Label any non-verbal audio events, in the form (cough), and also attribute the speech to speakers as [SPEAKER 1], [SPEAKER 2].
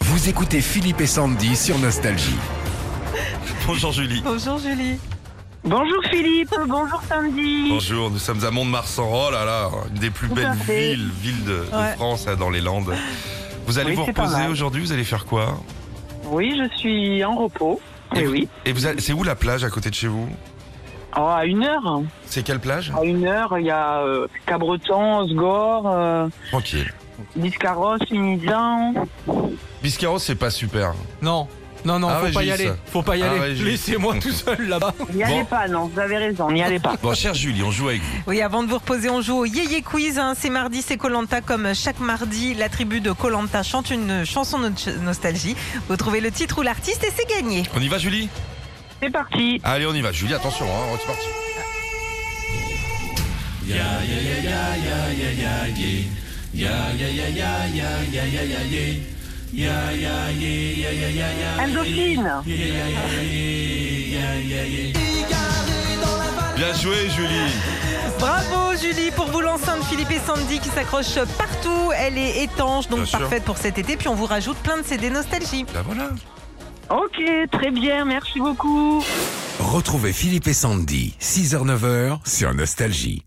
[SPEAKER 1] Vous écoutez Philippe et Sandy sur
[SPEAKER 2] (laughs)
[SPEAKER 1] Nostalgie.
[SPEAKER 3] Bonjour Julie.
[SPEAKER 4] Bonjour Julie.
[SPEAKER 2] Bonjour Philippe, (laughs) bonjour Sandy.
[SPEAKER 3] Bonjour, nous sommes à Mont-de-Marsan. Oh là là, une des plus
[SPEAKER 2] Tout
[SPEAKER 3] belles
[SPEAKER 2] à fait.
[SPEAKER 3] villes, villes de, de
[SPEAKER 4] Ouais.
[SPEAKER 3] France, là, dans les Landes. Vous allez
[SPEAKER 2] Oui,
[SPEAKER 3] vous
[SPEAKER 2] c'est pas
[SPEAKER 3] reposer
[SPEAKER 2] mal.
[SPEAKER 3] aujourd'hui, vous allez faire quoi
[SPEAKER 2] Oui, je suis en repos.
[SPEAKER 3] Et
[SPEAKER 2] Eh
[SPEAKER 3] vous-
[SPEAKER 2] oui.
[SPEAKER 3] Et vous allez- c'est où la plage à côté de chez vous
[SPEAKER 2] Oh, à une heure.
[SPEAKER 3] C'est quelle plage
[SPEAKER 2] À une heure, il y a euh, Cabreton, Osgore, euh,
[SPEAKER 3] Tranquille.
[SPEAKER 2] Biscarros, Inizan.
[SPEAKER 3] Biscarros, c'est pas super.
[SPEAKER 5] Non, non, non,
[SPEAKER 3] Ah,
[SPEAKER 5] faut pas y
[SPEAKER 3] Régis.
[SPEAKER 5] aller. Faut pas y
[SPEAKER 3] Ah,
[SPEAKER 5] aller.
[SPEAKER 3] Régis.
[SPEAKER 5] Laissez-moi tout seul là-bas.
[SPEAKER 2] N'y
[SPEAKER 3] Bon.
[SPEAKER 2] allez pas, non, vous avez raison, n'y allez pas.
[SPEAKER 3] Bon, chère Julie, on joue avec vous.
[SPEAKER 4] Oui, avant de vous reposer, on joue au Yéyé Quiz. hein. C'est mardi, c'est Colanta. Comme chaque mardi, la tribu de Colanta chante une chanson no- nostalgie. Vous trouvez le titre ou l'artiste et c'est gagné.
[SPEAKER 3] On y va, Julie
[SPEAKER 2] C'est parti.
[SPEAKER 3] Allez, on y va. Julie, attention, hein, c'est parti.
[SPEAKER 2] Indochine.
[SPEAKER 3] Bien joué, Julie.
[SPEAKER 4] Bravo Julie pour vous l'enceinte Philippe et Sandy qui s'accroche partout. Elle est étanche, donc
[SPEAKER 3] Bien sûr.
[SPEAKER 4] parfaite pour cet été. Puis on vous rajoute plein de CD nostalgie.
[SPEAKER 3] Ben voilà.
[SPEAKER 2] Ok, très bien, merci beaucoup.
[SPEAKER 1] Retrouvez Philippe et Sandy, 6h-9h sur Nostalgie.